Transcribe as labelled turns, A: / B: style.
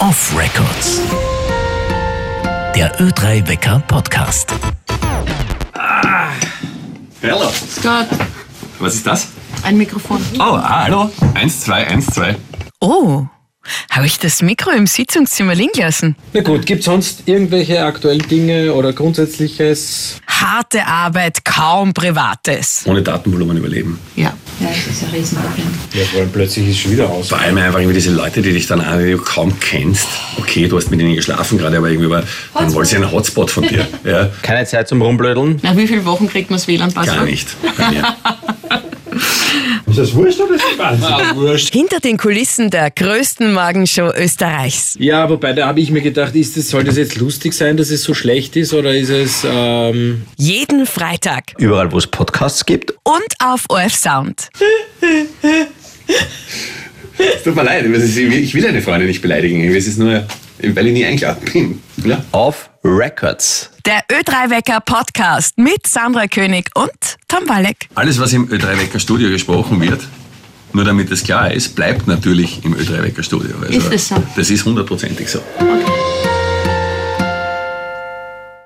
A: Off Records. Der Ö3 Wecker Podcast.
B: Hallo.
C: Gott,
B: Was ist das?
C: ein Mikrofon.
B: Oh, ah, hallo. Eins, zwei, eins, zwei.
D: Oh, habe ich das Mikro im Sitzungszimmer liegen lassen?
E: Na gut, gibt sonst irgendwelche aktuellen Dinge oder Grundsätzliches?
D: Harte Arbeit, kaum Privates.
B: Ohne Datenvolumen überleben.
C: Ja.
F: Ja, das ist ein Riesenproblem.
E: Ja, vor allem plötzlich ist schon wieder aus.
B: Vor allem einfach irgendwie diese Leute, die dich dann an- die du kaum kennst. Okay, du hast mit ihnen geschlafen gerade, aber irgendwie war, dann wollen sie einen Hotspot von dir. Ja,
E: Keine Zeit zum Rumblödeln.
C: Nach wie vielen Wochen kriegt man das
B: gar
C: WLAN-Passwort?
B: nicht. Bei mir.
D: Hinter den Kulissen der größten Morgenshow Österreichs.
E: Ja, wobei da habe ich mir gedacht, ist das, soll das jetzt lustig sein, dass es so schlecht ist oder ist es... Ähm,
D: Jeden Freitag.
G: überall, wo es Podcasts gibt.
D: Und auf OF Sound.
B: Es tut mir leid, aber es ist- ich will eine Freundin nicht beleidigen. Es ist nur, weil ich nie eingeladen bin. Ja.
G: Off Records.
D: Der Ö3 Wecker Podcast mit Sandra König und Tom Walleck.
B: Alles, was im Ö3-Wecker-Studio gesprochen wird, nur damit es klar ist, bleibt natürlich im Ö3-Wecker-Studio. Also,
C: Ist es so?
B: Das ist hundertprozentig so.
C: Okay.